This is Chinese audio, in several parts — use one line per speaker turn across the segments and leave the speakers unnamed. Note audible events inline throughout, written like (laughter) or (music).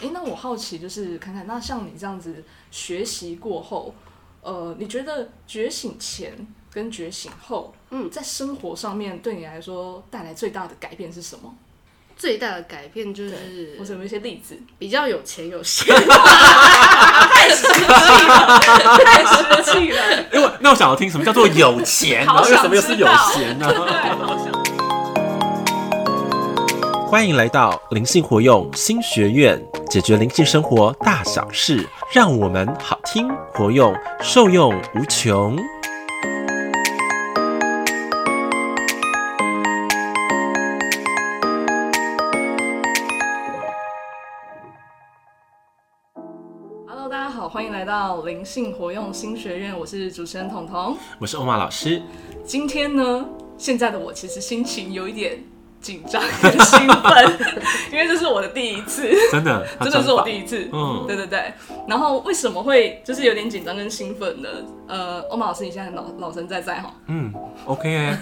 诶，那我好奇就是看看，那像你这样子学习过后，呃，你觉得觉醒前跟觉醒后，
嗯
在生活上面对你来说带来最大的改变是什么？
最大的改变就
对，
是
或者有没有一些例子？
比较有钱有 (laughs) 闲，
太实际了，太实际了。
因为那哎我想要听什么叫做有钱，然
好
后
想
又什么又是有钱啊呢、欢迎来到灵性活用新学院，解决灵性生活大小事，让我们好听活用，受用无穷。
Hello，大家好，欢迎来到灵性活用新学院，我是主持人彤彤。
我是欧玛老师，
今天呢，现在的我其实心情有一点紧张跟兴奋， (laughs) 因为这是我的第一次，
真的，
(laughs) 真的是我
一，
第一次。
嗯
对对对。然后为什么会就是有点紧张跟兴奋呢？呃，欧玛老师，你现在老老神在在哈，
嗯，OK，欸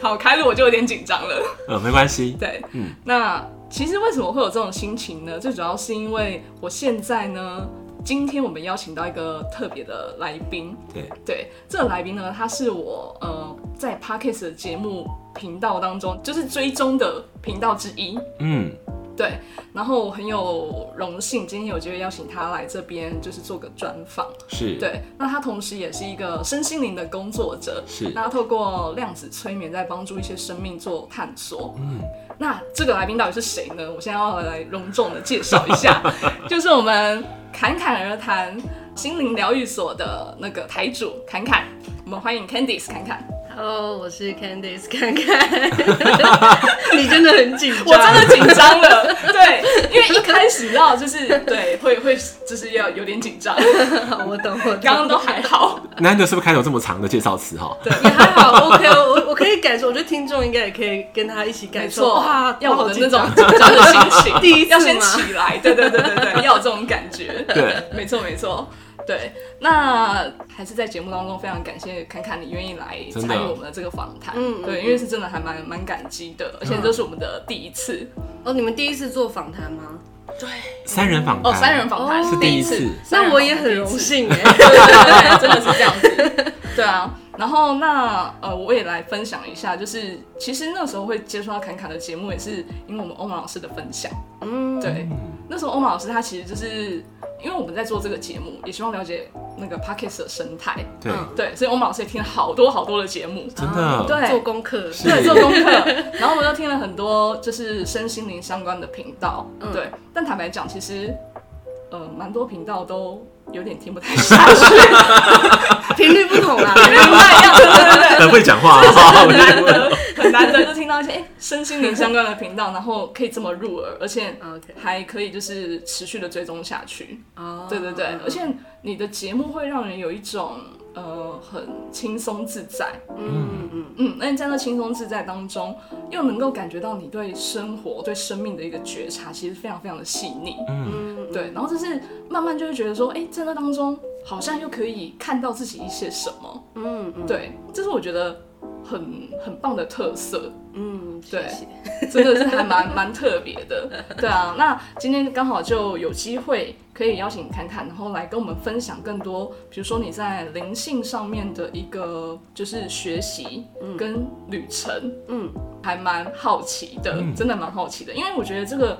好，开了我就有点紧张了。
呃，没关系，
对，
嗯
那其实为什么会有这种心情呢？最主要是因为我现在呢，今天我们邀请到一个特别的来宾，
对，
对，这个来宾呢，他是我呃在 Parkes 的节目频道当中，就是追踪的频道之一。
嗯，
对，然后我很有荣幸，今天有机会邀请他来这边，就是做个专访。
是，，
对，那他同时也是一个身心灵的工作者，
是，
那他透过量子催眠在帮助一些生命做探索。
嗯，
那这个来宾到底是谁呢？我现在要来隆重的介绍一下，就是我们侃侃而谈心灵疗愈所的那个台主侃侃，我们欢迎 Candice 侃侃。
Hello，我是 Candice 看 (laughs) 看，你真的很 (laughs) 紧张，
我真的紧张了， (laughs) 对，因为一开始你知道就是对
(laughs)
会会就是要有点紧张，
好，我懂，我懂
刚刚都还好，
难得是不是开头这么长的介绍词哈？
对，
也还好，OK，我我可以感受，我觉得听众应该也可以跟他一起
没
感受，
错
哇，，
要我
好
的那
紧
种
张
紧张的心情，
(laughs) 第一次
要先
吗
起来，对对对对
(laughs)
对，要有这种感觉，
对，
没错没错，对，那还是在节目当中非常感谢侃侃你愿意来
真的
参与我们的这个访谈，
嗯嗯
对，
嗯
因为是真的还蛮蛮感激的，而且这是我们的第一次
嗯
哦，你们第一次做访谈吗？
三人访谈，
哦，三人访谈
哦
是第一
一
次，
三人
那
访
我
谈
也很
第一
荣
次
幸哎，
对对对，真的是这样子。对啊，然后那呃，我也来分享一下，就是其实那时候会接触到侃侃的节目，也是因为我们欧玛老师的分享。
(laughs) 嗯，
对，那时候欧玛老师他其实就是因为我们在做这个节目，也希望了解那个 p a c k e t 的生态。
对，
嗯
对，所以欧玛老师也听了好多好多的节目。
真的，
嗯
啊
对
做功课，
是
对，做功课，然后我又听了很多就是身心灵相关的频道，
嗯
对。但坦白讲，其实呃，蛮多频道都有点听不太下去，
频率不同 (laughs) 啦，
因为不太一样，对对对对
很会讲话哦，
很难得，很难得就听到一些哎、诶身心灵相关的频道，然后可以这么入耳，而且
OK，
还可以就是持续的追踪下去。
哦
对对对，而且你的节目会让人有一种呃很轻松自在，
嗯嗯
嗯，那你在那轻松自在当中，又能够感觉到你对生活、对生命的一个觉察，其实非常非常的细腻。
嗯，
嗯，
对，然后就是慢慢就会觉得说，哎、在那当中好像又可以看到自己一些什么。
嗯嗯，
对，这是我觉得很很棒的特色。
嗯，
对
谢谢
真的是还蛮蛮特别的，对啊。那今天刚好就有机会可以邀请侃侃，然后来跟我们分享更多，比如说你在灵性上面的一个就是学习跟旅程，
嗯，
还蛮好奇的，
嗯
真的蛮好奇的，因为我觉得这个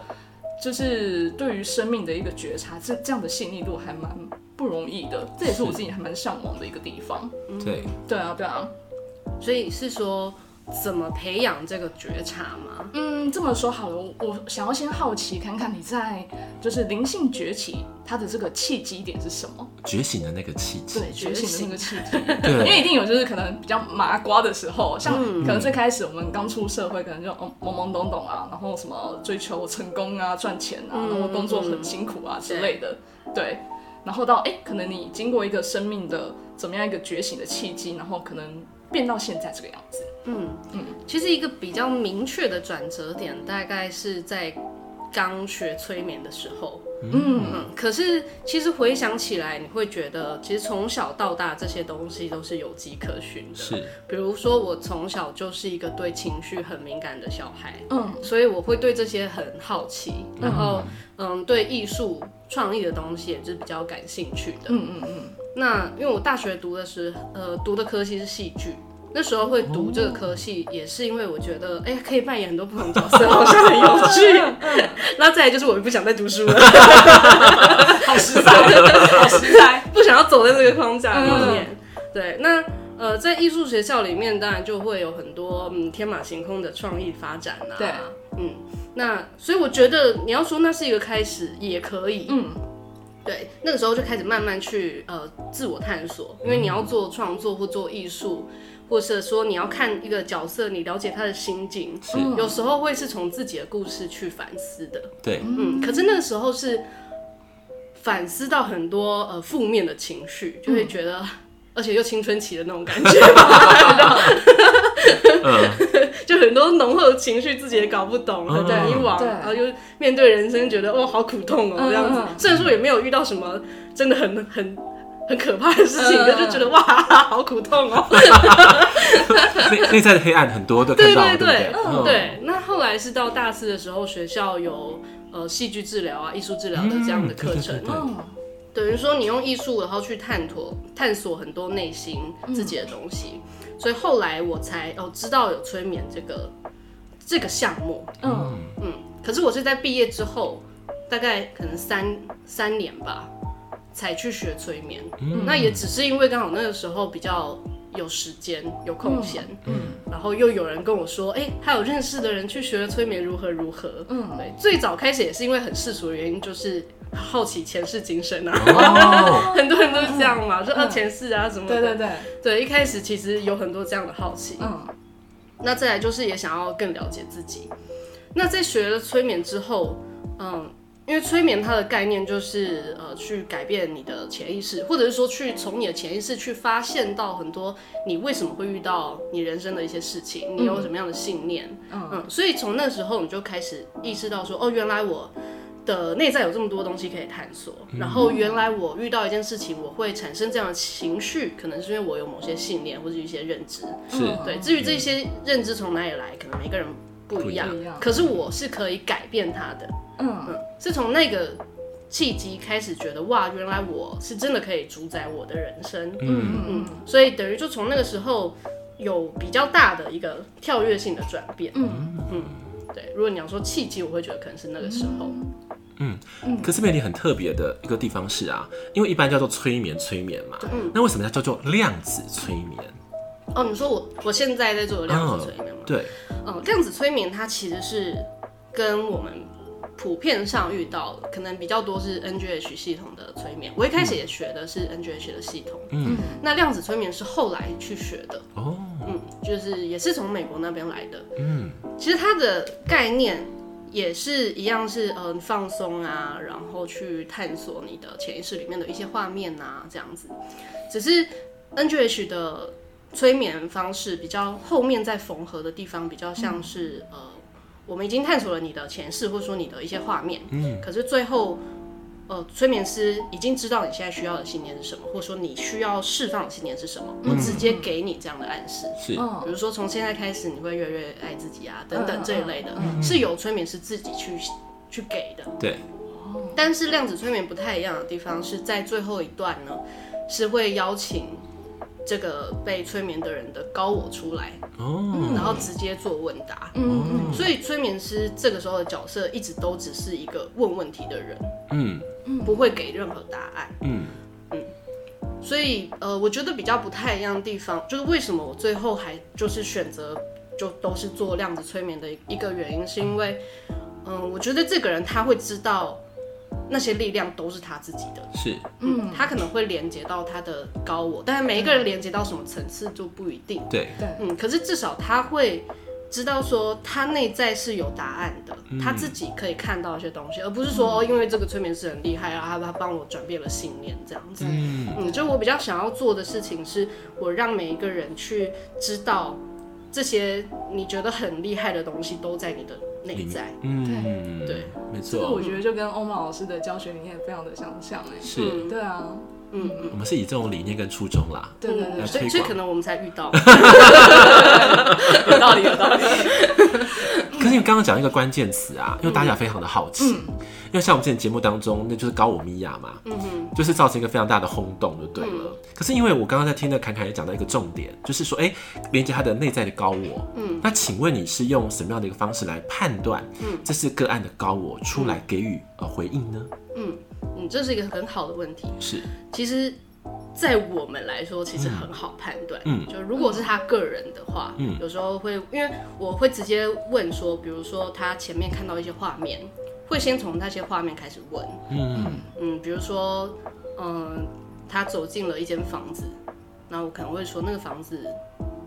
就是对于生命的一个觉察，这这样的细腻度还蛮不容易的，这也是我自己还蛮向往的一个地方。
对，
对啊，对啊。
所以是说怎么培养这个觉察吗？
嗯，这么说好了，我我想要先好奇看看你在就是灵性崛起它的这个契机点是什么？
觉醒的那个气质，
对，觉醒的那个契机，因
对，
为一定有就是可能比较麻瓜的时候，像可能最开始我们刚出社会，可能就哦懵懵懂懂啊，然后什么追求成功啊、赚钱啊，
嗯
然后工作很辛苦啊之类的，对。然后到哎、可能你经过一个生命的怎么样一个觉醒的契机，然后可能变到现在这个样子。
其实一个比较明确的转折点，大概是在刚学催眠的时候，
嗯，
嗯，可是其实回想起来，你会觉得其实从小到大这些东西都是有迹可循的。，
是
比如说我从小就是一个对情绪很敏感的小孩，
嗯，
所以我会对这些很好奇，然后嗯，对艺术创意的东西也是比较感兴趣的。
嗯嗯嗯，
那因为我大学读的是呃读的科系是戏剧，那时候会读这个科系，也是因为我觉得哎、可以扮演很多不同角
(laughs)
色，好像很有趣。那再来就是我不想再读书了， (laughs)
好实在，好实在，
不想要走在这个框架里面。对，那呃在艺术学校里面，当然就会有很多嗯天马行空的创意发展啊。
对，
嗯，那所以我觉得你要说那是一个开始也可以，
嗯
对，那个时候就开始慢慢去呃自我探索，因为你要做创作或做艺术，或者说你要看一个角色，你了解他的心境，
是，
嗯
有时候会是从自己的故事去反思的。
对，
嗯，可是那个时候是反思到很多呃负面的情绪，就会觉得。啊而且又青春期的那种感觉，
嗯，
就很多浓厚的情绪自己也搞不懂，很迷惘，
对
然后又面对人生觉得哇好苦痛哦、
嗯
这样子
嗯。
虽然说也没有遇到什么真的很很很可怕的事情，
嗯嗯
但就觉得哇 (laughs) 好苦痛
(laughs)
哦、
内内在的黑暗很多都看
对
到了，
对
不
对，
嗯
嗯对。那后来是到大四的时候，学校有呃戏剧治疗啊、艺术治疗的这样的课程，
嗯对对对对
嗯
等于说你用艺术，然后去探索探索很多内心自己的东西。所以后来我才哦知道有催眠这个这个项目，
嗯
嗯，可是我是在毕业之后，大概可能三三年吧，才去学催眠。
嗯
那也只是因为刚好那个时候比较有时间、有空闲，
嗯
然后又有人跟我说，哎、他有认识的人去学了催眠如何如何。
嗯，
对，最早开始也是因为很世俗的原因，就是好奇前世今生啊。 (laughs)
哦，
很多人都是这样嘛，说啊
嗯
前世啊什么
对
的，
对对，
对，一开始其实有很多这样的好奇，
嗯
那再来就是也想要更了解自己。那在学了催眠之后，嗯，因为催眠它的概念就是呃，去改变你的潜意识，或者是说去从你的潜意识去发现到很多你为什么会遇到你人生的一些事情，你有什么样的信念，
嗯
嗯，所以从那时候你就开始意识到说，哦，原来我。的内在有这么多东西可以探索，然后原来我遇到一件事情，我会产生这样的情绪，可能是因为我有某些信念或者一些认知，
是
嗯
对，至于这些认知从哪里来，可能每个人不一样
不一样
可是我是可以改变它的，
嗯
嗯，是从那个契机开始觉得哇，原来我是真的可以主宰我的人生，
嗯，
嗯
嗯，
所以等于就从那个时候有比较大的一个跳跃性的转变，
嗯
对。如果你要说契机，我会觉得可能是那个时候，
嗯
嗯
可是魅力很特别的一个地方是啊，因为一般叫做催眠，催眠嘛，
嗯
那为什么它叫做量子催眠？
哦，你说我我现在在做的量子催眠吗？
对，
嗯，量子催眠它其实是跟我们普遍上遇到的，可能比较多是 NGH 系统的催眠。我一开始也学的是 NGH 的系统，
嗯
嗯，
那量子催眠是后来去学的，
哦，
嗯，就是也是从美国那边来的。
嗯，
其实它的概念也是一样是，呃你放松啊，然后去探索你的潜意识里面的一些画面啊，这样子。只是 NGH 的催眠方式比较后面再缝合的地方，比较像是、
嗯
呃，我们已经探索了你的前世，或者说你的一些画面，
嗯，
可是最后。呃，催眠师已经知道你现在需要的信念是什么，或者说你需要释放的信念是什么，
嗯
我直接给你这样的暗示。
是，
比如说从现在开始你会越来越爱自己啊，等
嗯
等
嗯
这一类的，
嗯
是有催眠是自己去去给的。
对，
但是量子催眠不太一样的地方是在最后一段呢，是会邀请这个被催眠的人的高我出来，
哦，
然后直接做问答。
嗯
所以催眠师这个时候的角色一直都只是一个问问题的人，
嗯
不会给任何答案。
嗯，
所以呃，我觉得比较不太一样的地方，就是为什么我最后还就是选择就都是做量子催眠的一个原因，是因为嗯、我觉得这个人他会知道那些力量都是他自己的。
是，
嗯，他可能会连接到他的高我，但是每一个人连接到什么层次就不一定。
对，
嗯，可是至少他会知道说他内在是有答案的，
嗯
他自己可以看到一些东西，而不是
嗯
说、哦，因为这个催眠师很厉害啊，他他帮我转变了信念这样子。
嗯
嗯，就我比较想要做的事情是，我让每一个人去知道这些你觉得很厉害的东西都在你的内在。
嗯，
对，
没
这个
错
我，觉得就跟欧玛老师的教学理念非常的相像哎、
是、
嗯
对啊，
嗯嗯，
我们是以这种理念跟初衷啦。
对对
嗯
对，
所
推
以所以
广
可能我们才遇到。
有道理有道理。
可是你刚刚讲一个关键词
嗯
啊，因为大家非常的好奇，因为像我们之前节目当中，那就是高我米娅嘛，
嗯哼，嗯
就是造成一个非常大的轰动，就对了。可是因为我刚刚在听的侃侃也讲到一个重点，就是说，哎、连接他的内在的高我。嗯，那请问你是用什么样的一个方式来判断，嗯，这是个案的高我出来给予呃回应呢？
嗯，这是一个很好的问题。
是，
其实，在我们来说，其实很好判断。
嗯
就如果是他个人的话，
嗯
有时候会因为我会直接问说，比如说他前面看到一些画面，会先从那些画面开始问。
嗯
嗯，比如说，嗯，他走进了一间房子，那我可能会说那个房子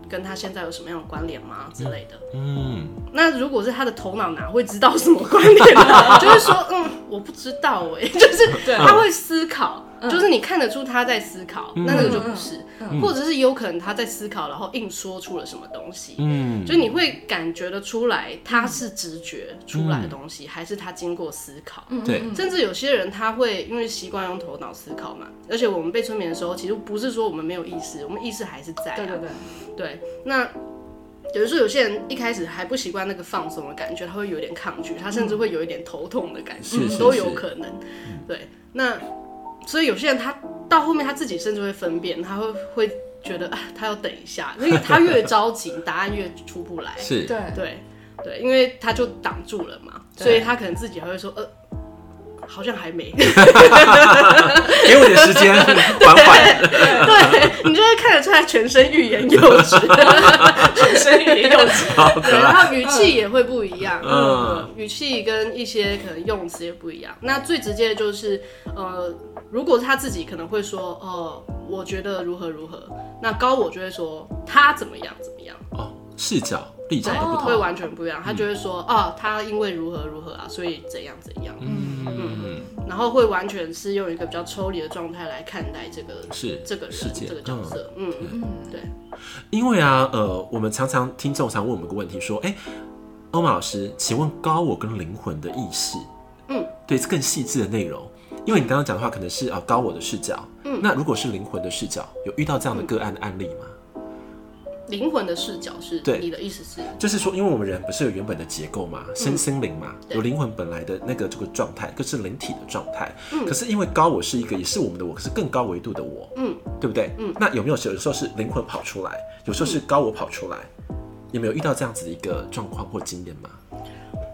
跟他现在有什么样的关联吗之类的。
嗯，
那如果是他的头脑哪会知道什么观点
(laughs)
呢？就是说，嗯，我不知道哎、 (laughs) 就是
对
他会思考，就是你看得出他在思考，
嗯
那那个就不是，或者是有可能他在思考，然后硬说出了什么东西，
嗯
就你会感觉得出来他是直觉出
嗯
来的东西，还是他经过思考。
嗯
对，
甚至有些人他会因为习惯用头脑思考嘛，而且我们被催眠的时候，其实不是说我们没有意识，我们意识还是在、啊。
对对对，
对，那比如说有些人一开始还不习惯那个放松的感觉，他会有点抗拒，他甚至会有一点头痛的感觉，
是是嗯
都有可能。对，那所以有些人他到后面他自己甚至会分辨，他会会觉得啊，他要等一下，因为他越着急，答案越出不来。
是，
对，
对对，因为他就挡住了嘛，
对
所以他可能自己还会说呃。好像还没， (laughs)
给我点时间，缓
(laughs)
缓，
对你就会看得出来全身欲言又止，
(laughs) 本身也
嗯
有
好
对，
可
然
爱，
后语气也会不一样，
嗯
嗯，语气跟一些可能用词也不一样。那最直接的就是，呃，如果他自己可能会说，哦、我觉得如何如何，那高我就会说他怎么样怎么样，
哦，视角立
对
场都不
会
同，
完全不一样。他就会说，哦，他因为如何如何啊，所以怎样怎样，
嗯，
然后会完全是用一个比较抽离的状态来看待这个
是
这个人
世界
这个角色，嗯对，
因为啊，呃，我们常常听众常问我们一个问题，说，哎、欧玛老师，请问高我跟灵魂的意识，
嗯，
对，是更细致的内容。因为你刚刚讲的话，可能是啊、呃高我的视角，嗯，那如果是灵魂的视角，有遇到这样的个案的案例吗？
灵魂的视角是
对
你的意思是，
就是说，因为我们人不是有原本的结构
嗯
嘛，身心灵嘛，有灵魂本来的那个这个状态，更是灵体的状态。
嗯
可是因为高我是一个，也是我们的我，可是更高维度的我，
嗯
对不对？嗯。那有没有时候有时候是灵魂跑出来，有时候是
嗯
高我跑出来？有没有遇到这样子的一个状况或经验吗？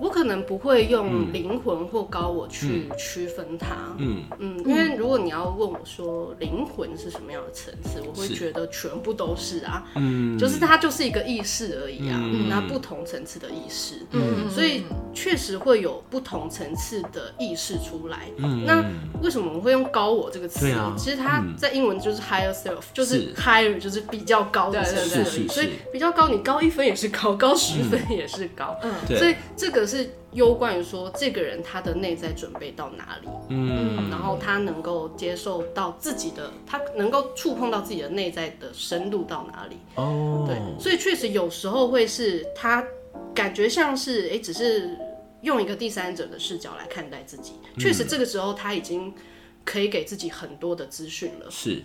我可能不会用灵魂或高我去区分它，
嗯，
嗯，因为如果你要问我说灵魂是什么样的层次，我会
是
觉得全部都是啊，
嗯
就是它就是一个意识而已啊，
嗯
那不同层次的意识，
嗯
所以确实会有不同层次的意识出来。那为什么我们会用高我这个词
嗯对？啊
其实它在英文就是 higher self，就是
是
higher，就是比较高的
对
层
对
次而
对
是
已。
是嗯
所以比较高，你高一分也是高，高十分也是高。
嗯
对
所以这个是攸关于说这个人他的内在准备到哪里，
嗯
然后他能够接受到自己的，他能够触碰到自己的内在的深度到哪里。
哦，
对，所以确实有时候会是他感觉像是诶，只是用一个第三者的视角来看待自己。确实，这个时候他已经可以给自己很多的资讯了，
是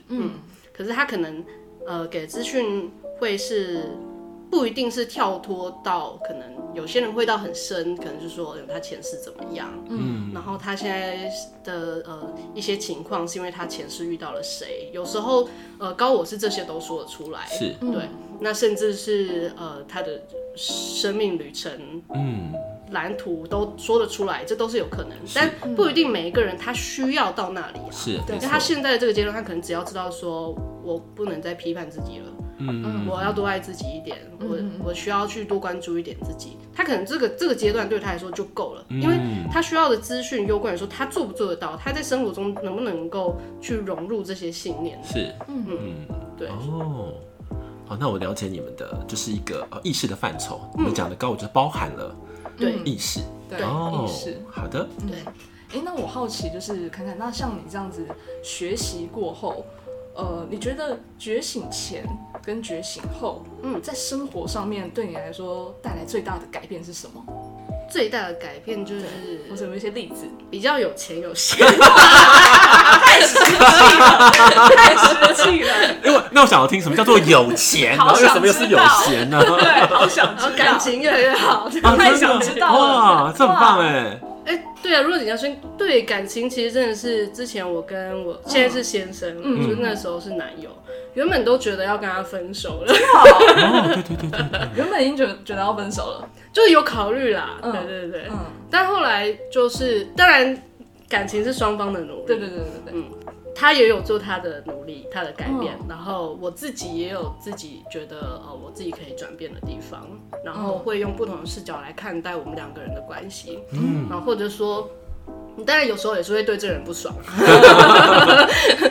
可是他可能呃给资讯会是不一定是跳脱到可能有些人会到很深，可能是说呃他前世怎么样，嗯，然后他现在的呃一些情况是因为他前世遇到了谁，有时候呃高我是这些都说得出来，
是，
对，那甚至是呃他的生命旅程
嗯，
蓝图都说得出来，这都是有可能，但不一定每一个人他需要到那里啊。
是，
对
没
因为
错
他现在这个阶段，他可能只要知道说，我不能再批判自己了，嗯，我要多爱自己一点，
嗯
我我需要去多关注一点自己。他可能这个这个阶段对他来说就够了，
嗯
因为他需要的资讯攸关于说他做不做得到，他在生活中能不能够去融入这些信念。嗯
是，嗯
对，
哦，好，那我了解你们的，就是一个呃意识的范畴，你们讲的高，我就包含了
对
意识，
嗯对
哦
意识。，
好的，
对，
哎、那我好奇就是侃侃，那像你这样子学习过后，呃，你觉得觉醒前跟觉醒后，嗯，在生活上面对你来说带来最大的改变是什么？
最大的改变就是
我准备一些例子，
比较有钱有闲。
太实际了，太实际了，
因为那我想要听什么叫做有钱，然
好
后又
想
什么又是
知
有
道 (laughs)
闲呢？
对，好想
然后
知
感
道。
情越来越好。
啊
太
哦真的
想知道了
哇，这很棒哎！
哎、对啊，如果你要先对感情，其实真的是之前我跟我现在是先生，
嗯
就是那时候是男友，原本都觉得要跟他分手了， (laughs)
哦，对对对对对，
原本已经觉得觉得要分手了，
就是有考虑啦，
嗯
对对对，
嗯，
但后来就是当然感情是双方的努力，
对对对对对，
他也有做他的努力，他的改变，
嗯
然后我自己也有自己觉得呃我自己可以转变的地方，
嗯
然后会用不同的视角来看待我们两个人的关系，
嗯，
然后或者说，你当然有时候也是会对这个人不爽，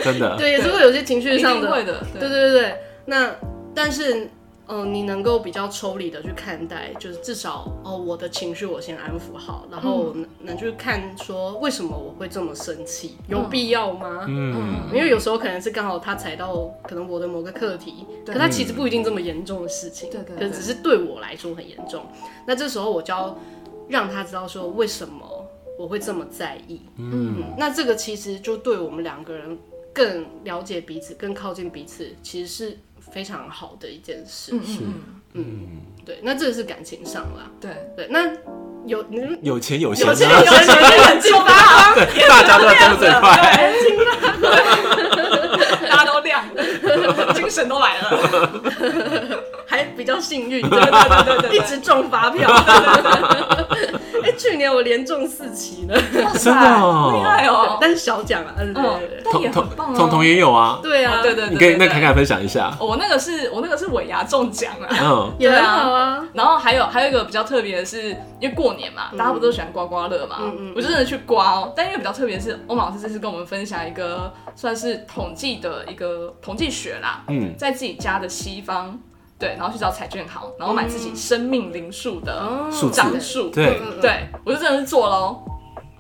真的，
(laughs)
对，也是会有些情绪
一
上
定
的，
会的，对
对对对对。那但是，呃，你能够比较抽离的去看待，就是至少哦，我的情绪我先安抚好，然
嗯
后我能能去看说为什么我会这么生气，有必要吗？
嗯，
因为有时候可能是刚好他踩到可能我的某个课题，可
对
他其实不一定这么严重的事情，
嗯对对
可
对
只是对我来说很严重。那这时候我就要让他知道说为什么我会这么在意，嗯，那这个其实就对我们两个人更了解彼此、更靠近彼此，其实是非常好的一件事。
嗯嗯
对，那这个是感情上啦
嗯，。对，
对，那有你们
有钱有闲
有
呢
些，有些人很激
(laughs)
发，
对， (laughs) 大家都在张嘴快，
大家都亮了，精神都来了，
还比较幸运，
对对对对对，
一直中发票。 (laughs) 哎、去年我连中四期呢，
真的哦
厉害哦，
但是小奖啊，嗯，对对对
嗯，但也
彤
很棒
彤
啊，
彤彤也有啊，
对啊，
哦对对对，
你跟
对
那凯，凯分享一下，
对我那个是我那个是尾牙中奖啊。
嗯，
也很好啊。
然后还有还有一个比较特别的是，因为过年嘛，大家不都喜欢刮刮乐嘛，
嗯嗯嗯
我就真的去刮哦。但因为比较特别的是，欧盟老师这次跟我们分享一个算是统计的一个统计学啦，
嗯
在自己家的西方，对，然后去找彩券行，然后买自己生命灵数的
哦
数字
张数，
对，
嗯嗯
对我就真的是做喽。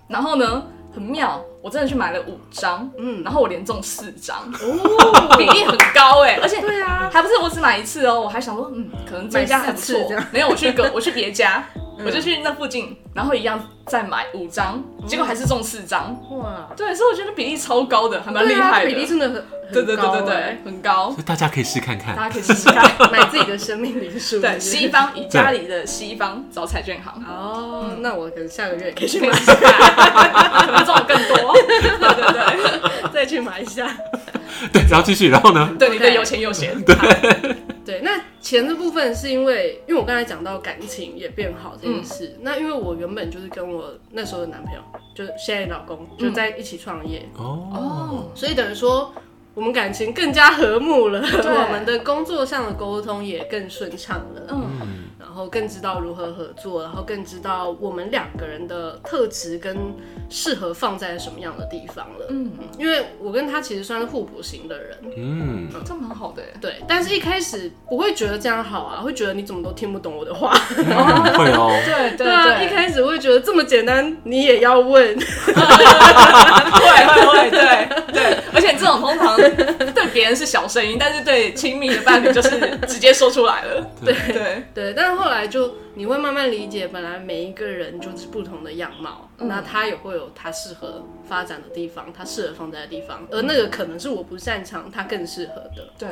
然后呢，很妙，我真的去买了五张，
嗯，
然后我连中四张，
哦，
比例很高哎，而且
对啊，
还不是我只买一次哦，我还想说，嗯，可能这家还不错
买四次这样。嗯
没有，我去个我 (laughs) 去别家，我就去那附近，然后一样再买五张，
哦
结果还是中四张。
哇，
对，所以我觉得比例超高的，还蛮厉
对啊，
害
这
的。
比例真的很，很
对对对
高
对
哎
对，很高，
大家可以试看看，
大家可以试试看。
买自己的生命灵数，
对，西方以家里的西方找彩券行，
哦，那我可能下个月也可以去
可以 (laughs)
买，
试试看，可能中更多。对对对，
再去买一下。
对，然后继续，然后呢，
对你的有钱有闲。
对，那钱这部分是因为，因为我刚才讲到感情也变好这件事，那因为我原本就是跟我那时候的男朋友，就是现在的老公，就在一起创业，
哦，
哦，
所以等于说我们感情更加和睦了，
对
(laughs) 我们的工作上的沟通也更顺畅了，
嗯
然后更知道如何合作，然后更知道我们两个人的特质跟适合放在什么样的地方了。
嗯，
因为我跟他其实算是互补型的人，
嗯，
这蛮好的耶。欸
对，但是一开始不会觉得这样好啊，会觉得你怎么都听不懂我的话。
嗯会哦， (laughs)
对对
啊， (laughs) 一
对，
开始会觉得这么简单，你也要
(laughs)
问，
会会会，对对，而且这种通 (laughs) 常对别人是小声音，但是对亲密的伴侣就是直接说出来了。
对
对，
对。但是后来就你会慢慢理解，本来每一个人就是不同的样貌，那他也会有他适合发展的地方，他适合放在的地方，而那个可能是我不擅长，他更适合的。
对，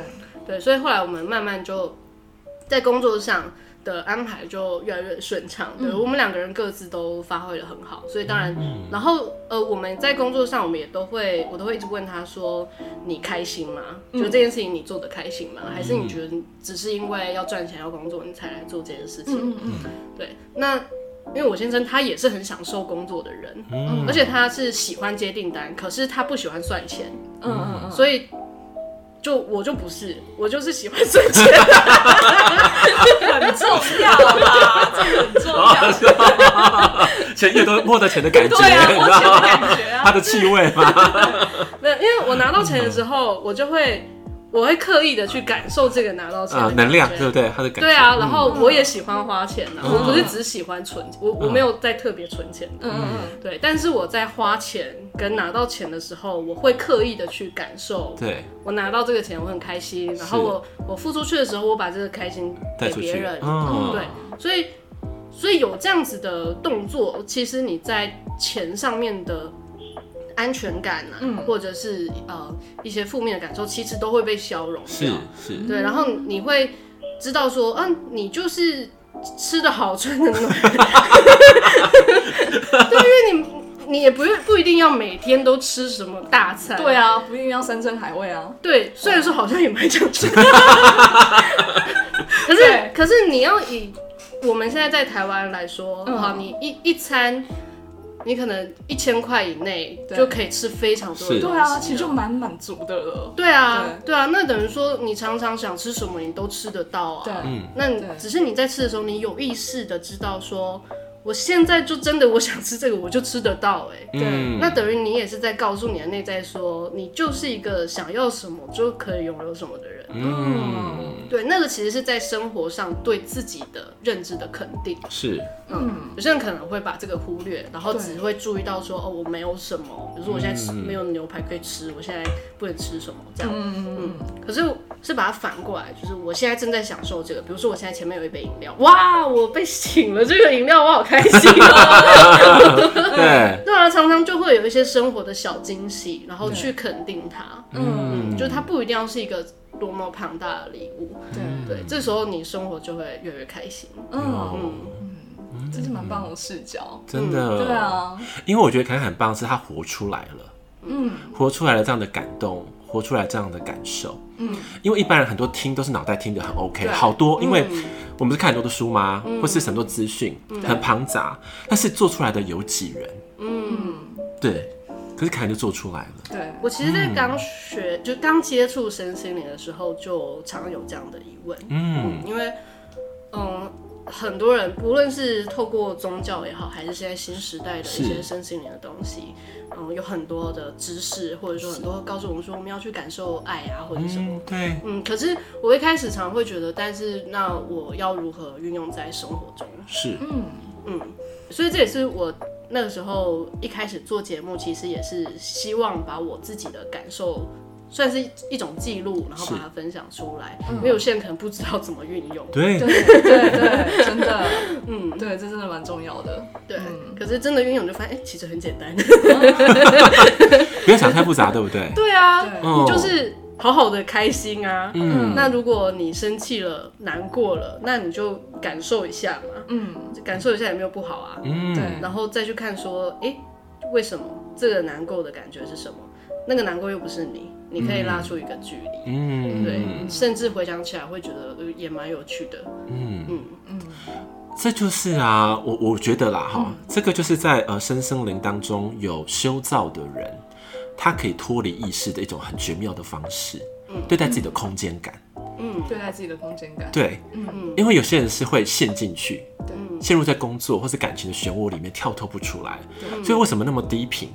对，所以后来我们慢慢就在工作上的安排就越来越顺畅。
嗯
对、我们两个人各自都发挥的很好，所以当然，然后呃，我们在工作上我们也都会，我都会一直问他说：“你开心吗？
嗯
就这件事情你做的开心吗？还是你觉得你只是因为要赚钱要工作你才来做这件事情？”
嗯嗯
对，那因为我先生他也是很享受工作的人，
嗯
而且他是喜欢接订单，可是他不喜欢算钱。
嗯嗯嗯，
所以就我就不是，我就是喜欢省钱。 (laughs)
很重要啦，啊这个很重要。啊
钱越多，获得钱的感
(laughs)
觉，
对啊，
你
我
知
有
道吗？
感觉
它
啊，
的气味嘛，
那因为我拿到钱的时候，我就会我会刻意的去感受这个拿到钱的
啊，
感觉
能量，对不对？它的感觉，
对啊，然后我也喜欢花钱啊，
嗯
我不是只喜欢存，我我没有在特别存钱的。
嗯嗯
对，但是我在花钱跟拿到钱的时候，我会刻意的去感受，
嗯对，
我拿到这个钱我很开心，然后我我付出去的时候，我把这个开心
带
给
出
别
去
人，，
嗯，
对，所以所以有这样子的动作，其实你在钱上面的安全感啊，或者是呃一些负面的感受，其实都会被消融
是
掉。
是，
对，啊嗯然后你会知道说，嗯、你就是吃的好，穿的暖。对，因为你你也不不一定要每天都吃什么大餐。
对啊，不一定要山珍海味啊。
对，虽然说好像也蛮想吃，可是
对
可是你要以我们现在在台湾来说，
嗯
好，你一一餐。你可能一千块以内
对
就可以吃非常多的
是
东
对
西
啊，
了
其实就蛮满足的了。
对啊，
对
对啊，那等于说你常常想吃什么，你都吃得到啊。
对，
那你
对
只是你在吃的时候，你有意识的知道说，我现在就真的我想吃这个，我就吃得到、欸。哎、
嗯，
那等于你也是在告诉你的内在说，你就是一个想要什么就可以拥有什么的人。
嗯
对，那个其实是在生活上对自己的认知的肯定。 (laughs)
是，
嗯，有些人可能会把这个忽略，然后
对
只会注意到说，哦，我没有什么，比如说我现在吃没有牛排可以吃，我现在不能吃什么这样。嗯可是是把它反过来，就是我现在正在享受这个，比如说我现在前面有一杯饮料，哇，我被醒了这个饮料，我好开心 (laughs) 哦。
对，
对啊，常常就会有一些生活的小惊喜，然后去肯定它。
嗯，
就它不一定要是一个多么庞大的礼物，
对，
嗯
对，这时候你生活就会越来越开心。
嗯，
哦，
这是蛮棒的视角。
真的，
对，啊，
因为我觉得凯凯很棒，是他活出来了，
嗯，
活出来了这样的感动，活出来这样的感受，嗯，因为一般人很多听都是脑袋听得很 OK，
对
好
嗯
多，因为我们是看很多的书嘛，或是很多资讯，很庞杂，但是做出来的有几人？
嗯，
对，可是凯凯就做出来了，
对，
我其实，在刚学、就刚接触身心灵的时候，就常有这样的疑问，
嗯，
因为嗯，很多人不论是透过宗教也好，还是现在新时代的一些
是
身心灵的东西，嗯，有很多的知识，或者说很多告诉我们说我们要去感受爱啊，或者什么。
嗯，对，
嗯，可是我一开始常会觉得，但是那我要如何运用在生活中？
是，
嗯，
所以这也是我那个时候一开始做节目，其实也是希望把我自己的感受。算是一种记录，然后把它分享出来，因为有些人可能不知道怎么运用，
对，
对对对，真的，嗯，对，这真的蛮重要的。
对。可是真的运用，就发现哎、其实很简单，
不要想太复杂，对不对？
对啊，
对
哦
你 (laughs) 就是好好的开心啊。
嗯
那如果你生气了、难过了，那你就感受一下嘛，
嗯，
感受一下也没有不好啊。
对
嗯，
然后再去看说，哎、为什么这个难过的感觉是什么？那个难过又不是你，你可以拉出一个距离。
嗯，
对，甚至回想起来会觉得呃也蛮有趣的。
嗯
嗯
嗯
这就是啊，我我觉得啦哈，这个就是在呃身心灵当中有修造的人，他可以脱离意识的一种很绝妙的方式，对待自己的空间感。
对待自己的空间感。
对，因为有些人是会陷进去，陷入在工作或是感情的漩涡里面跳脱不出来，所以为什么那么低频？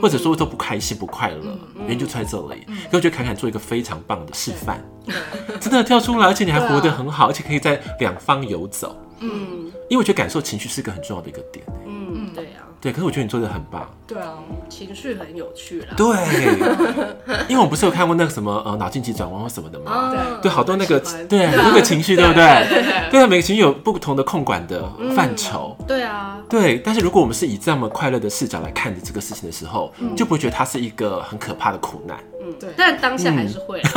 或者说都不开心、不快乐，原因就在这里。可我觉得侃侃做一个非常棒的示范， (laughs) 真的跳出来，而且你还活得很好，而且可以在两方游走。
嗯
因为我觉得感受情绪是一个很重要的一个点。
嗯，对啊，
对，可是我觉得你做的很棒。
对啊，
情绪很有趣啦。
对，因为我不是有看过那个什么呃脑筋急转弯或什么的吗？
啊
对，好多那个
蛮喜欢
对很多个情绪，对不对？
对对
对，啊每个情绪有不同的控管的
嗯
范畴。
对啊，
对，但是如果我们是以这么快乐的视角来看着这个事情的时候，就不会觉得它是一个很可怕的苦难。
嗯，
对
但当下还是
(laughs)
会啦，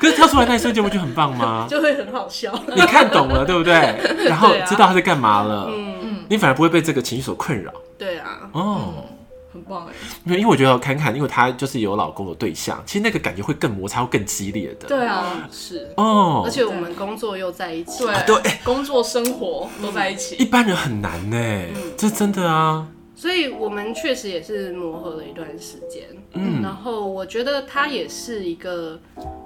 可是跳出来那一瞬间，不就很棒吗？
就会很好笑。
你看懂了，对不对？然后
对啊
知道他在干嘛了，
嗯，
你反而不会被这个情绪所困扰。
对啊，
哦，
很棒哎。
嗯
没有，因为我觉得侃侃，因为她就是有老公有对象，其实那个感觉会更摩擦，会更激烈的。
对
嗯
啊，
是，
哦，啊哎
而且我们工作又在一起，
对对，工作生活都在一
一
起。
般人很难呢、
嗯
这真的啊，
所以我们确实也是磨合了一段时间。嗯，然后我觉得他也是一个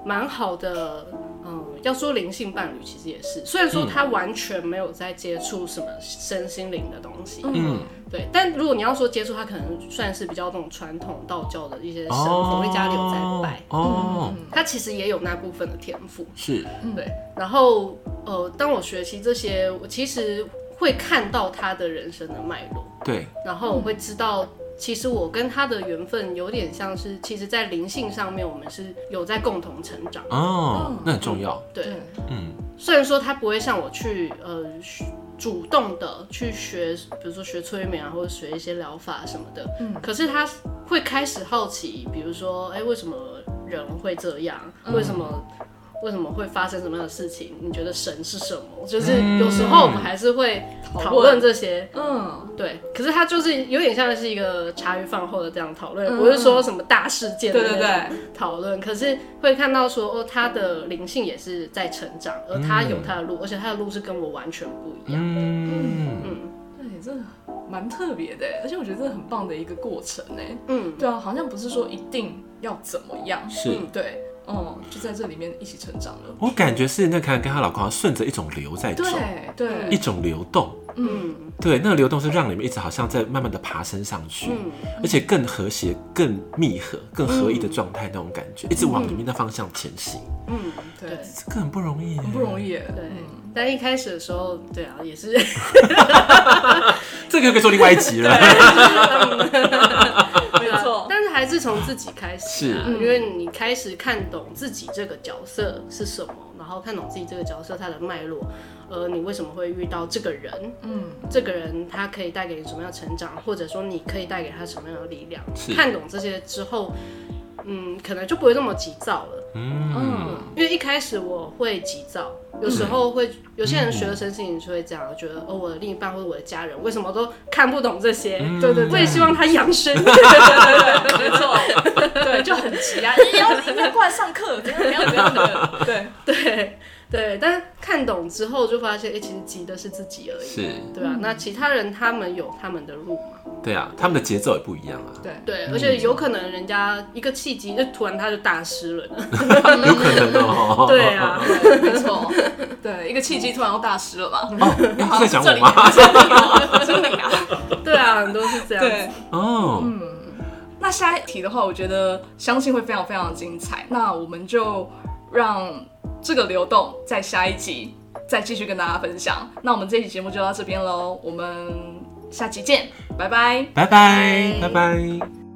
蛮好的，嗯，要说灵性伴侣，其实也是。虽然说他完全没有在接触什么身心灵的东西，
嗯，
对。但如果你要说接触，他可能算是比较那种传统道教的一些神
哦
佛，，因为家里有在嗯拜，
哦，
他其实也有那部分的天赋。
是，
嗯
对，然后呃，当我学习这些，我其实会看到他的人生的脉络。
对，
然后我会知道其实我跟他的缘分有点像是，其实，在灵性上面我们是有在共同成长。
哦，
嗯
那很重要。
对，
对
嗯，
虽然说他不会像我去呃学主动的去学，比如说学催眠啊，或者学一些疗法什么的，
嗯
可是他会开始好奇，比如说，哎、为什么人会这样？
嗯
为什么？为什么会发生什么样的事情？你觉得神是什么？就是有时候我们还是会讨论，这些，
嗯，
对，可是他就是有点像是一个茶余饭后的这样讨论，
嗯
不是说什么大事
对
件的
对对，
讨论。可是会看到说，哦，他的灵性也是在成长，而他有他的路，而且他的路是跟我完全不一样。
嗯，
嗯
对，这蛮特别的，欸而且我觉得这很棒的一个过程哎。
嗯，
对啊，好像不是说一定要怎么样，
是。
对，嗯，就在这里面一起成长了。
我感觉是那凯跟她老公好像顺着一种流在走，
对对，
一种流动。
嗯
对，那个流动是让你们一直好像在慢慢的爬升上去，
嗯
而且更和谐、更密合、更合一的状态那种感觉，一直往里面的方向前行，
嗯，对
对
这个很不容易，
很不容。易耶。
对
嗯。
但一开始的时候，对啊，也是
这个可以做另外一集了。
(laughs)
(laughs)
没错，嗯
但是还是从自己开始、啊，
是
因为你开始看懂自己这个角色是什么，然后看懂自己这个角色它的脉络，呃，你为什么会遇到这个人，
嗯，
这个人他可以带给你什么样的成长，或者说你可以带给他什么样的力量
是。
看懂这些之后，嗯，可能就不会那么急躁了。
嗯，
因为一开始我会急躁，有时候会、有些人学了身心灵就会这样，觉得哦，我的另一半或者我的家人为什么都看不懂这些？
对对
我
对
也希望他养生。
对，没
(laughs)
错，对，就很急啊，你要明天过来上课，怎样怎样怎样的，对，
对对，但是看懂之后就发现，哎、其实急的是自己而已，
是，
对啊，那其他人他们有他们的路嘛，
对啊，他们的节奏也不一样啊，
对，而且有可能人家一个契机，就突然他就大师了呢，
有可能哦。
(laughs) 对啊，
对，没错，对，一个契机突然又大师了嘛，
哦， (laughs) 你在讲
这
我
里 (laughs)
吗？ (laughs)
真的啊，
对啊，很多是这样子，
对。
哦，
那下一题的话，我觉得相信会非常非常精彩。那我们就让这个流动在下一集再继续跟大家分享。那我们这一期节目就到这边喽，我们下期见，拜拜。
拜拜，拜拜。